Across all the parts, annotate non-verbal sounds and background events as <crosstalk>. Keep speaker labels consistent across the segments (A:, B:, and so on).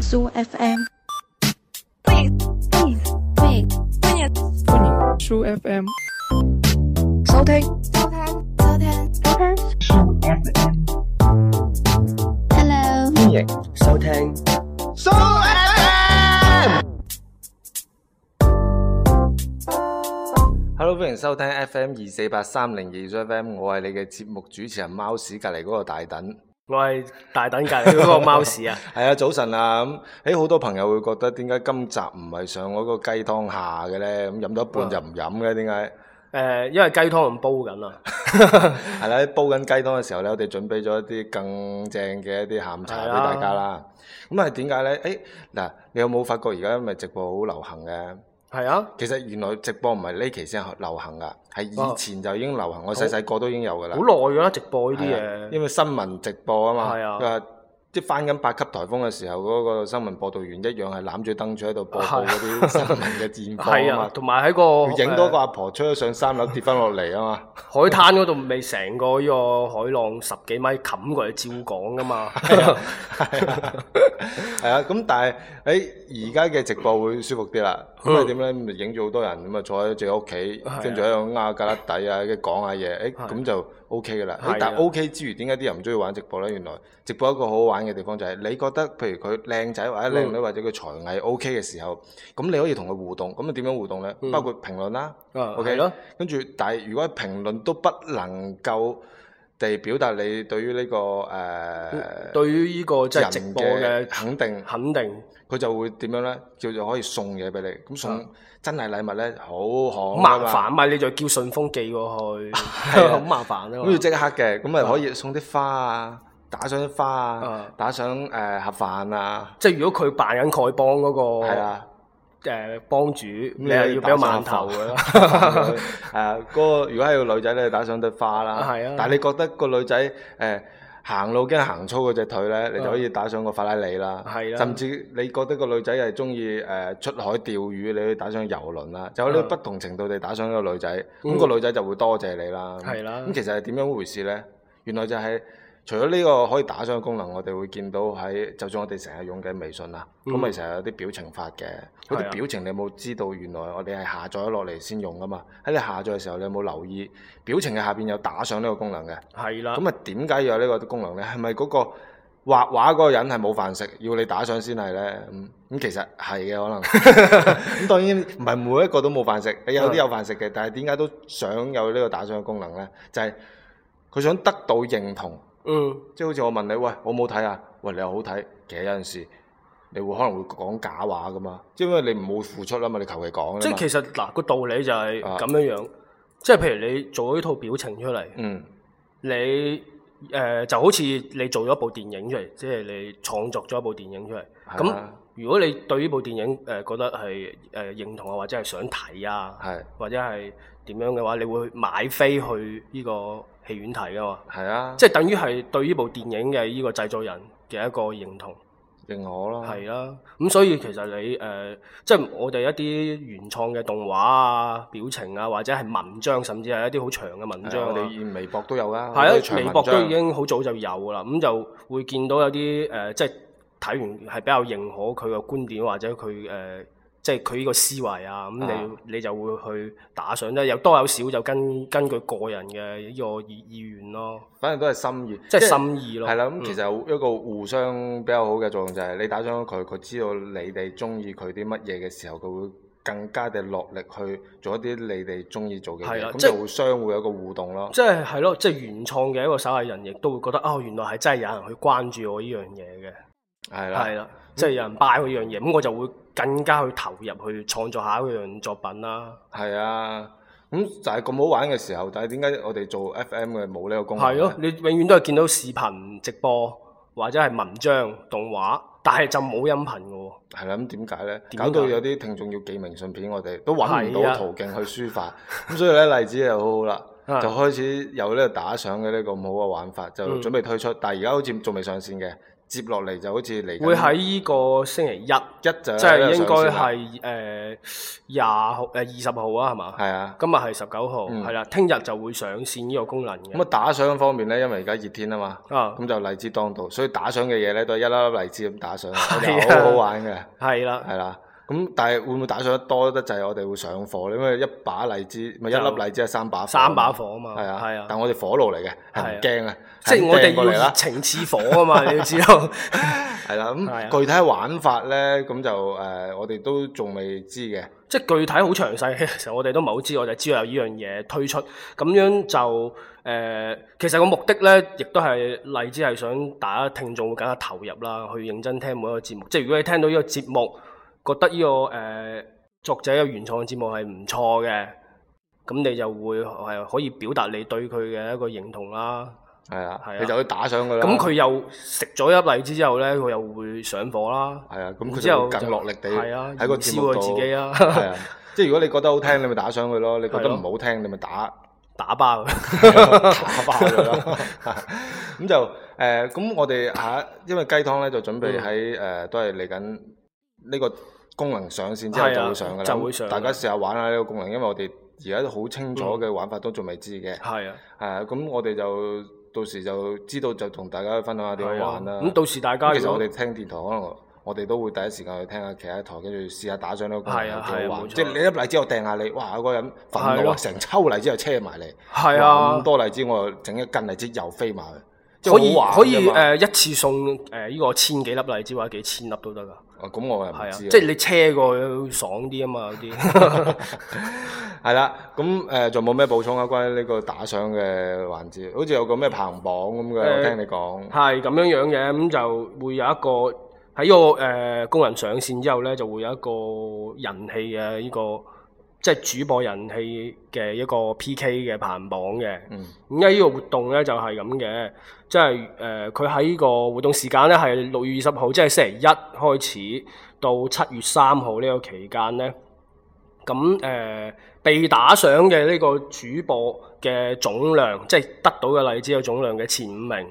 A: 蘇 FM。
B: True FM。
C: 收聽，
A: Hello，
C: 歡迎收聽。
D: Hello，歡迎收聽 FM 二四八三零二 True FM，我係你嘅節目主持人貓屎隔離嗰個大等。
E: 我係大等隔離嗰個貓屎
D: <laughs>
E: 啊！
D: 係啊，早晨啊，咁誒好多朋友會覺得點解今集唔係上嗰個雞湯下嘅咧？咁飲到一半就唔飲嘅，點
E: <laughs>
D: 解？
E: 誒、因為雞湯咁煲緊啊，
D: 係啦，煲緊雞湯嘅時候咧，我哋準備咗一啲更正嘅一啲下午茶俾
E: 係啊
D: 大家啦。咁啊，點解咧？誒嗱，你有冇發覺而家咪直播好流行嘅？
E: 係啊，
D: 其實原來直播唔係呢期先流行噶，係
E: 哦
D: 以前就已經流行，我細細個都已經有噶啦
E: 好耐。㗎啦，直播呢啲
D: 係啊
E: 嘢，
D: 因為新聞直播啊嘛，
E: 係啊
D: 佢話即係翻緊八級颱風嘅時候，嗰、個新聞播導員一樣係攬住燈柱喺度播報嗰啲新聞嘅戰
E: 啊係
D: 況
E: 啊
D: 啊，
E: 同埋喺
D: 嘛，
E: 個
D: 影到個阿婆吹咗上三樓跌翻落嚟啊嘛，
E: 海灘嗰度未成個呢個海浪十幾米冚過嚟照講㗎嘛，
D: 係啊， <laughs> 係啊，咁但係喺而家嘅直播會舒服啲啦，咁啊點咧？咪影咗好多人咁啊，坐喺自己屋企
E: 嗯係啊，
D: 跟住喺度拗格甩底啊，跟住講下嘢，誒
E: 係
D: 咁就 O K 噶啦。
E: 係
D: 誒
E: 啊
D: 但係 O K 之餘，點解啲人唔中意玩直播咧？原來直播一個好好玩嘅地方就係你覺得譬如佢靚仔或
E: 嗯
D: 者靚女或者佢才藝 O K 嘅時候，咁你可以同佢互動。咁啊點樣互動咧？包括評論啦
E: <laughs> 嗯啊
D: ，O K
E: 係咯。
D: 跟住，但係如果評論都不能夠地表達你對於呢個
E: 嗯
D: 誒。
E: 對於呢個即係直
D: 人
E: 播嘅
D: 肯定，
E: 肯定
D: 佢就會點樣咧？叫做可以送嘢俾你。咁送真係禮物咧，好
E: 好
D: 行
E: 啊麻
D: 啊㗎嘛
E: 煩，咪你就叫順豐寄過
D: <laughs>
E: 去，
D: 係啊
E: 好麻煩啊嘛
D: 咁要即刻嘅，咁咪可以送啲花啊，打上啲花啊
E: 啊，
D: 打上誒盒飯啊，
E: 即係如果佢扮緊丐幫嗰個
D: 係啊。
E: 誒幫主，你
D: 又
E: 係要俾個饅頭啊㗎啦。
D: 啦。係啊， <laughs> 嗰個如果係個女仔咧，打上對花啦。
E: 係啊
D: 但係你覺得個女仔誒行路驚行粗嗰隻腿咧，你就可以打上個法拉利啦。
E: 啊係啦
D: 甚至你覺得個女仔係中意誒出海釣魚，你可以打上遊輪啦。就喺
E: 嗯
D: 不同程度地打上個女仔，咁個女仔就會多謝你啦。
E: 係啦
D: 咁其實係點樣回事咧？原來就係除咗呢個可以打賞嘅功能，我哋會見到喺就算我哋成日用嘅微信啦，咁咪成日有啲表情法嘅，嗰
E: 係
D: 啲
E: 啊
D: 表情你有冇知道原來我哋係下載咗落嚟先用噶嘛？喺你下載嘅時候，你有冇留意表情嘅下邊有打賞呢個功能嘅？
E: <laughs> 係啦，
D: 咁啊，點解要有呢個功能咧？係咪嗰個畫畫嗰個人係冇飯食，要你打賞先係咧？咁咁其實係嘅，可
E: <laughs>
D: 能 <laughs> 咁當然唔係每一個都冇飯食，有啲有飯食嘅，但係點解都想有呢個打賞嘅功能咧？就係、佢想得到認同，
E: 嗯。
D: 即係好似我問你，喂，我冇睇啊，喂，你又好睇，其實有陣時你會可能會講假話噶嘛，因為你唔冇付出啦嘛，你求其講
E: 即
D: 啫
E: 係
D: 嘛
E: 其實嗱個道理就係
D: 啊
E: 咁樣樣，即係譬如你做咗套表情出嚟，
D: 嗯
E: 你誒、呃就好似你做咗一部電影出嚟，即係你創作咗一部電影出嚟。
D: 係
E: 咁
D: 啊
E: 如果你對呢部電影誒、呃、覺得係誒、呃、認同啊，或者係想睇啊，
D: 係
E: 或者係點樣嘅話，你會買飛去呢個戲院睇噶嘛？
D: 係啊，
E: 即係等於係對呢部電影嘅呢個製作人嘅一個認同。
D: 認可咯，啊
E: 係啦，咁所以其實你誒、呃即係我哋一啲原創嘅動畫啊、表情啊，或者係文章，甚至係一啲好長嘅文
D: 係啊
E: 章
D: 我哋
E: 啊。
D: 現微博都有啦，好多
E: 係啊，
D: 長
E: 微
D: 文
E: 博都
D: 章
E: 已經好早就有㗎啦，咁就會見到有啲誒、呃即係睇完係比較認可佢嘅觀點或者佢誒、呃即係佢呢個思維啊，咁你、
D: 啊
E: 你就會去打賞咧，有多有少就根根據個人嘅呢個意意願咯，
D: 反正都係心意，
E: 即係心意咯。嗯
D: 係啦。咁其實有一個互相比較好嘅作用就係你打賞佢，佢知道你哋中意佢啲乜嘢嘅時候，佢會更加地落力去做一啲你哋中意做嘅
E: 係
D: 嘢，
E: 啦
D: 咁
E: 即係
D: 就會相互有一個互動咯。
E: 即係係咯，即係原創嘅一個手藝人，亦都會覺得哦，原來係真係有人去關注我呢樣嘢嘅，
D: 係啊啦，
E: 係啦，即係有人 buy 我呢樣嘢，咁我就會更加去投入去創作下嗰樣作品啦。
D: 係啊。咁就係咁好玩嘅時候，但係點解我哋做 FM 嘅冇呢個功能
E: 係
D: 呢？
E: 咯，你永遠都係見到視頻直播或者係文章、動畫，但係就冇音頻嘅喎。
D: 係啦，咁點解咧？
E: 點解
D: 搞到有啲聽眾要寄明信片，我哋都揾唔
E: 係
D: 到
E: 啊
D: 途徑去抒發，咁所以咧例子就好好啦，
E: 啊嗯
D: 就開始有呢個打賞嘅呢個咁好嘅玩法，就準備推出，但係而家好似仲未上線嘅，接落嚟就好似嚟緊
E: 會喺呢個星期一，
D: 一就
E: 即係應該
D: 係
E: 係誒廿號誒二十號啊，係嘛？
D: 係啊。
E: 今日係十九號，
D: 嗯
E: 係啦，聽日就會上線呢個功能
D: 咁啊
E: 嘅。
D: 打賞方面咧，因為而家熱天啊嘛，
E: 啊，
D: 咁就荔枝當道，所以打賞嘅嘢咧都係一粒粒荔枝咁打賞，
E: 係啊
D: 就好好玩嘅，
E: 係啦，
D: 係啦。咁但係會唔會打賞得多得滯？我哋會上火咧，因為一把荔枝咪一粒荔枝係三把火
E: 三把火啊嘛，
D: 係啊，
E: 係啊。
D: 但我哋火爐嚟嘅，係唔
E: 係啊
D: 驚啊，
E: 即係我哋要
D: 係咁掟過嚟
E: 熱
D: 啦，
E: 情似火
D: <laughs>
E: 啊嘛，你要知道。 <laughs>
D: 係啦。
E: 係啊
D: 咁具體玩法咧，咁就誒我哋都仲未知嘅，
E: 即係具體好詳細，其實我哋都唔係好知，我就知道有呢樣嘢推出，咁樣就誒、呃其實個目的咧，亦都係荔枝係想大家聽眾會更加投入啦，去認真聽每一個節目。即係如果你聽到呢個節目，覺得呢、個誒、呃作者嘅原創節目係唔錯嘅，咁你就會係可以表達你對佢嘅一個認同啦。
D: 係啊
E: 係，啊
D: 你就可以打賞佢啦。
E: 咁佢又食咗一粒荔枝之後咧，佢又會上火啦。
D: 係啊，咁佢
E: 然
D: 就會
E: 就
D: 更落力地
E: 係啊
D: 喺個節目
E: 燃燒佢
D: 度
E: 自己啊
D: <laughs> 係啊，即係如果你覺得好聽，你咪打賞佢咯；你覺
E: 係
D: 得
E: 咯
D: 唔好聽，你咪打
E: 打爆佢。
D: 打爆佢咯。 <laughs> 咁就誒，咁我哋下因為雞湯咧就準
E: 嗯
D: 備喺誒都係嚟緊呢個功能上線之後
E: 係啊
D: 就會上㗎啦。
E: 就會上
D: 大家試下玩下呢個功能，因為我哋而家都好清楚
E: 嗯
D: 嘅玩法都仲未知嘅。
E: 係啊。
D: 係啊，咁我哋就到時就知道就同大家分享下點樣
E: 係啊
D: 玩啦。
E: 咁到時大家
D: 咁其實
E: 如
D: 我
E: 果
D: 哋聽電台，可能我我哋都會第一時間去聽下其他台，跟住試下打上呢個功能
E: 係啊
D: 有幾
E: 係啊
D: 好玩
E: 冇錯
D: 即係你一荔枝我掟下你，哇！有個人憤
E: 係
D: 怒啊，
E: 咯
D: 成抽荔枝又車埋嚟，
E: 係
D: 哇
E: 啊
D: 咁。多荔枝我又整一斤荔枝又飛埋去，即
E: 可以
D: 係好
E: 可
D: 玩㗎
E: 以
D: 嘛
E: 誒、一次送誒呢個千幾粒荔枝或者幾千粒都得㗎，
D: 哦咁我又唔
E: 係啊，
D: 知啊，
E: 即係你車過去爽啲啊嘛，有
D: <laughs>
E: 啲
D: 係啦。咁誒仲冇咩補充啊？關於呢個打賞嘅環節，好似有個咩排行榜咁嘅，我
E: 誒
D: 聽你講。
E: 係咁樣樣嘅，咁就會有一個喺個誒、工人上線之後咧，就會有一個人氣嘅呢、個即係主播人氣嘅一個 P.K. 嘅排行榜嘅。
D: 嗯
E: 咁而家呢個活動咧就係咁嘅，即係誒佢喺呢個活動時間咧係六月二十號，即係星期一開始到七月三號呢個期間咧，咁誒、呃被打賞嘅呢個主播嘅總量，即係得到嘅荔枝嘅總量嘅前五名，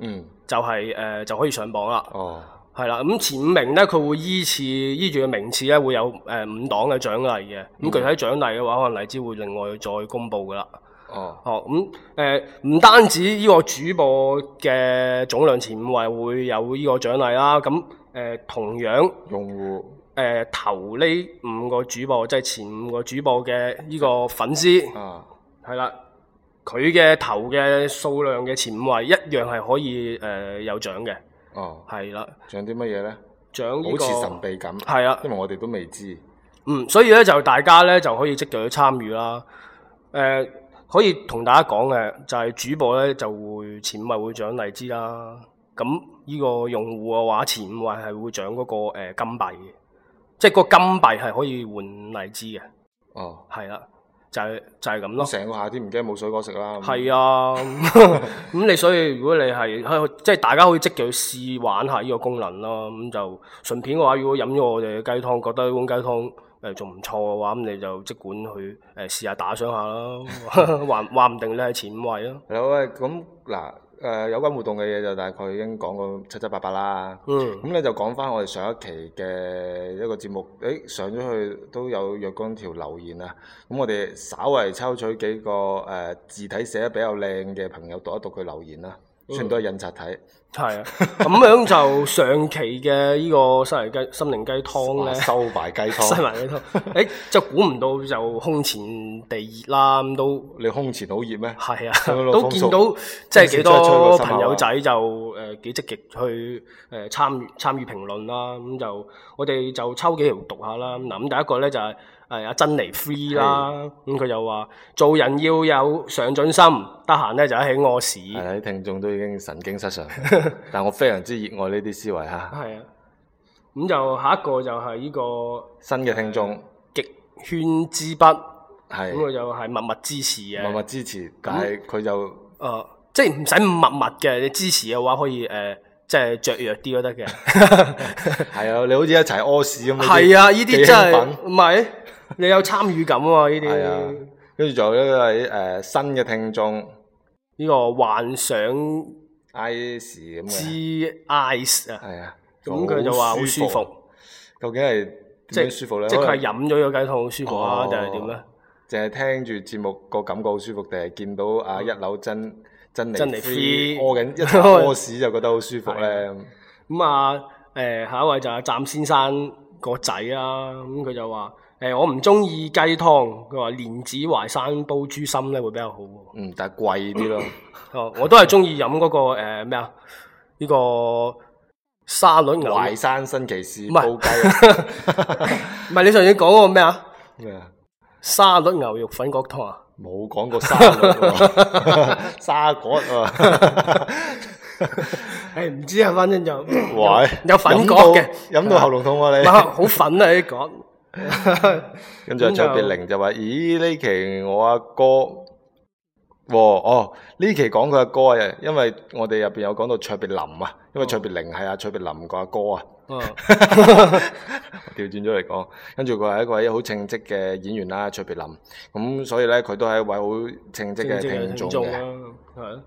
D: 嗯，
E: 就係、呃就可以上榜啦。
D: 哦，
E: 係啦，咁前五名咧，佢會依次依住個名次咧，會有誒呃五檔嘅獎勵嘅。咁具體獎勵嘅話，可能荔枝會另外再公布噶啦。
D: 哦。
E: 哦，咁誒唔單止呢個主播嘅總量前五位會有呢個獎勵啦，咁誒、呃同樣誒、
D: 用戶
E: 呃、頭呢五個主播，即係前五個主播嘅呢個粉絲，
D: 啊，
E: 係啦，佢嘅頭嘅數量嘅前五位一樣係可以誒、呃有獎嘅，
D: 哦，
E: 係啦，
D: 仲有啲乜嘢咧？
E: 獎呢、
D: 好
E: 個
D: 似神秘咁，
E: 係啦，
D: 因為我哋都未知。
E: 嗯，所以咧就大家咧就可以積極去參與啦。誒、可以同大家講嘅就係、主播咧就會前五位會獎荔枝啦。咁呢個用戶嘅話，前五位係會獎嗰、個、呃、金幣嘅，即係個金幣係可以換荔枝嘅，
D: 哦，
E: 係啦，就係、就係咁咯
D: 咁。成個夏天唔驚冇水果食啦。咁
E: 係啊，咁咁你所以如果你係係即係大家可以積極去試玩下呢個功能咯，咁就順便嘅話，如果飲咗我哋嘅雞湯，覺得呢碗雞湯誒仲唔錯嘅話，咁你就即管去誒試下打賞下啦， <laughs> 話話唔定你係前五位咯。
D: 係啦，喂，咁嗱，誒、有關活動嘅嘢就大概已經講過七七八八啦。
E: 嗯，
D: 咁咧就講翻我哋上一期嘅一個節目，誒上咗去都有若干條留言啊。咁我哋稍為抽取幾個誒、字體寫得比較靚嘅朋友讀一讀佢留言啦。
E: 嗯
D: 雖然都係印刷體，
E: 係啊，咁樣就上期嘅呢個心靈雞心靈雞湯
D: 哇
E: 咧。
D: 收埋雞
E: <laughs> 西
D: 湯，
E: 埋雞湯，誒就估唔到就空前地熱啦，咁都
D: 你胸前好熱咩？
E: 係啊，
D: 咁樣
E: 都
D: 放
E: 見
D: 鬆
E: 到即係幾多朋友
D: 即
E: 仔就誒幾積極去誒參與參與評論啦，咁就我哋就抽幾條讀下啦。嗱，咁第一個咧就係誒呃阿珍妮 free 啦，咁佢就話做人要有上進心，得閒咧就喺屙屎，
D: 係啦，啊啲聽眾都已經神經失
E: <laughs>
D: 常，但我非常之熱愛呢啲思維嚇。
E: 係啊。咁就下一個就係呢個
D: 新嘅聽眾
E: 極圈之筆，咁
D: 係
E: 佢就係嗯默默支持嘅，
D: 默默支持，但係佢
E: <laughs>
D: 就 <laughs>
E: 誒、即係唔使默默嘅，你支持嘅話可以誒、呃即係雀躍啲都得嘅。
D: 係啊，你好似一齊屙屎咁。你
E: 係啊，
D: 幾
E: 呢啲真係
D: 興奮
E: 唔係你有參與感喎、呢
D: 係啊
E: 啲。
D: 跟住仲有一位誒新嘅聽眾
E: 呢個幻想
D: ice 咁嘅，
E: G Ice 啊，
D: 係啊。
E: 咁佢就話好舒服，
D: 究竟係
E: 即
D: 點
E: 係
D: 樣舒服咧？
E: 即係佢
D: 可
E: 係
D: 能
E: 飲咗個雞湯好舒服啊，
D: 哦
E: 定係點咧？
D: 淨係聽住節目個感覺好舒服，定係見到啊一樓真真
E: 珍
D: 嚟
E: 妮
D: 飛
E: 嗯 free 啊
D: 屙
E: <laughs>
D: 緊一陣屙屎就覺得好舒服咧？
E: 咁啊，誒下一位就係湛先生個仔啦，咁佢就話誒我唔中意雞湯，佢話蓮子淮山煲豬心咧會比較好喎。
D: 嗯，但係貴啲咯。
E: 哦，我都係中意飲嗰個誒咩啊？呢、個沙律牛，
D: 淮山新奇士
E: 唔
D: 煲
E: 係
D: 雞
E: 唔係你上次講嗰個咩啊？
D: 啊咩
E: <laughs>
D: 啊？
E: 沙律牛肉粉葛湯啊？
D: 冇講過沙律
E: <laughs>
D: 喎， <laughs> 沙葛啊！ <laughs>
E: 誒唔知啊，反正 <coughs> 就
D: 哇！
E: 有粉葛嘅，啊
D: 飲到飲到喉嚨痛喎
E: 唔
D: 你
E: 係。好粉啊啲
D: <laughs>
E: 葛。
D: 跟住阿張別玲就話：咦，呢期我阿哥，喎哦，呢期講佢阿哥啊，因為我哋入邊有講到卓別林啊，因為卓別玲係阿卓別林個阿哥啊，
E: 嗯
D: 調轉咗嚟講。跟住佢係一位好稱職嘅演員啦，卓別林。咁所以咧，佢都係一位好稱職嘅
E: 啊
D: 聽眾
E: 啦
D: 嘅。，
E: 係啊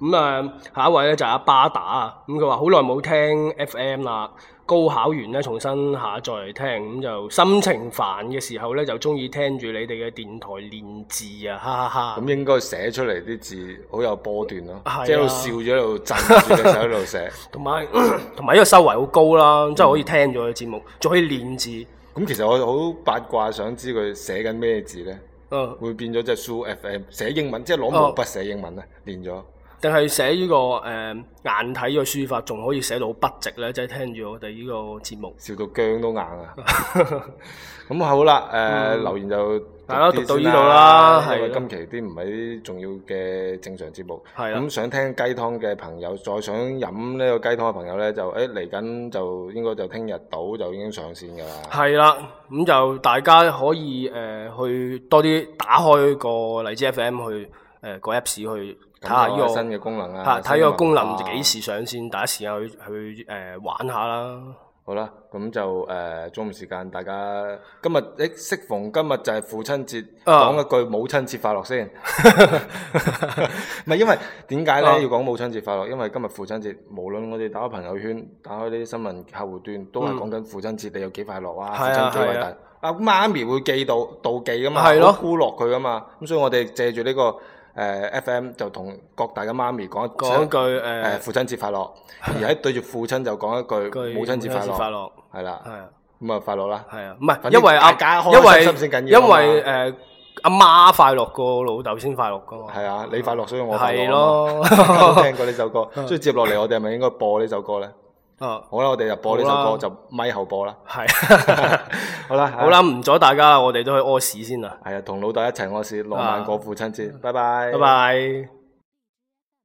E: 咁啊，下一位咧就係阿巴打啊，咁佢話好耐冇聽 FM 啦，高考完咧重新下載嚟聽，咁就心情煩嘅時候咧就中意聽住你哋嘅電台練字啊，哈哈哈！
D: 咁應該寫出嚟啲字好有波段咯
E: 係，啊
D: 即係喺度笑咗喺度震住隻手喺度寫。
E: 同埋 <coughs> 同埋呢個收圍好高啦，真係
D: 嗯
E: 可以聽咗嘅節目，仲可以練字，
D: 咁其實我好八卦，想知佢寫緊咩字咧？
E: 嗯，
D: 會變咗隻 Su FM 寫英文，即係攞
E: 哦
D: 毛筆寫英文咧，練咗
E: 定係寫呢個呃誒硬體嘅書法，仲可以寫到筆直咧，即係聽住我哋呢個節目。
D: 笑到姜都硬
E: <laughs>
D: 啊！咁好啦，誒、
E: 嗯
D: 留言就
E: 係啦
D: 啲
E: 讀到
D: 先
E: 呢度啦
D: 因為
E: 係啦
D: 今期啲唔係啲重要嘅正常節目，
E: 係啦
D: 咁想聽雞湯嘅朋友，再想飲呢個雞湯嘅朋友咧，就誒嚟緊就應該就聽日到就已經上線㗎啦。
E: 係啦，咁就大家可以誒、呃去多啲打開個荔枝 FM 去誒、呃個 Apps 去睇下呢
D: 咁有
E: 個
D: 新嘅功能啊
E: 嚇，睇個功能
D: 新嘅文化
E: 幾時上線，第一時間去去誒、呃玩下啦。
D: 好啦，咁就誒、呃中午時間，大家今日誒適逢今日就係父親節，
E: 啊
D: 講、一句母親節快樂
E: <laughs>
D: 先。唔係因為點解咧
E: 啊
D: 要講母親節快樂？因為今日父親節，無論我哋打開朋友圈、打開呢啲新聞客戶端，都係
E: 嗯
D: 講緊父親節你有幾快樂啊，父
E: 係
D: 親
E: 啊
D: 幾偉大
E: 係。
D: 啊，媽咪會記到妒忌噶嘛，
E: 係咯
D: 好孤落佢噶嘛。咁所以我哋借住呢、個呃 FM 就同各大嘅媽咪講一
E: 講句誒、
D: 誒、
E: 呃
D: 父親節快樂，而喺對住父親就講一句
E: <laughs> 句
D: 母親節快
E: 母親節快樂
D: 樂，係
E: 係
D: 啦，
E: 啊
D: 咁啊快樂啦，
E: 係啊，唔係
D: 反正
E: 因為
D: 大家
E: 阿
D: 開
E: 因為
D: 心先緊要啊
E: 因
D: 嘛
E: 為誒阿媽快樂過老豆先快樂噶嘛。
D: 係啊，你快樂所以我快樂
E: 哦係
D: 啊
E: 咯
D: 嘛，我都聽過呢首
E: <laughs>
D: 歌，所以接落嚟我哋係咪應該播呢首歌咧？
E: 啊，
D: 好啦，我哋就播呢首
E: 好
D: 歌，
E: 啦
D: 就咪後
E: <laughs>
D: 播啦。
E: 係
D: <laughs> 好啦，
E: 好啦，，唔阻大家啦，我哋都去屙屎先啦，
D: 係啊，同老豆一齊我是浪漫過父親節，拜拜，
E: 拜。拜。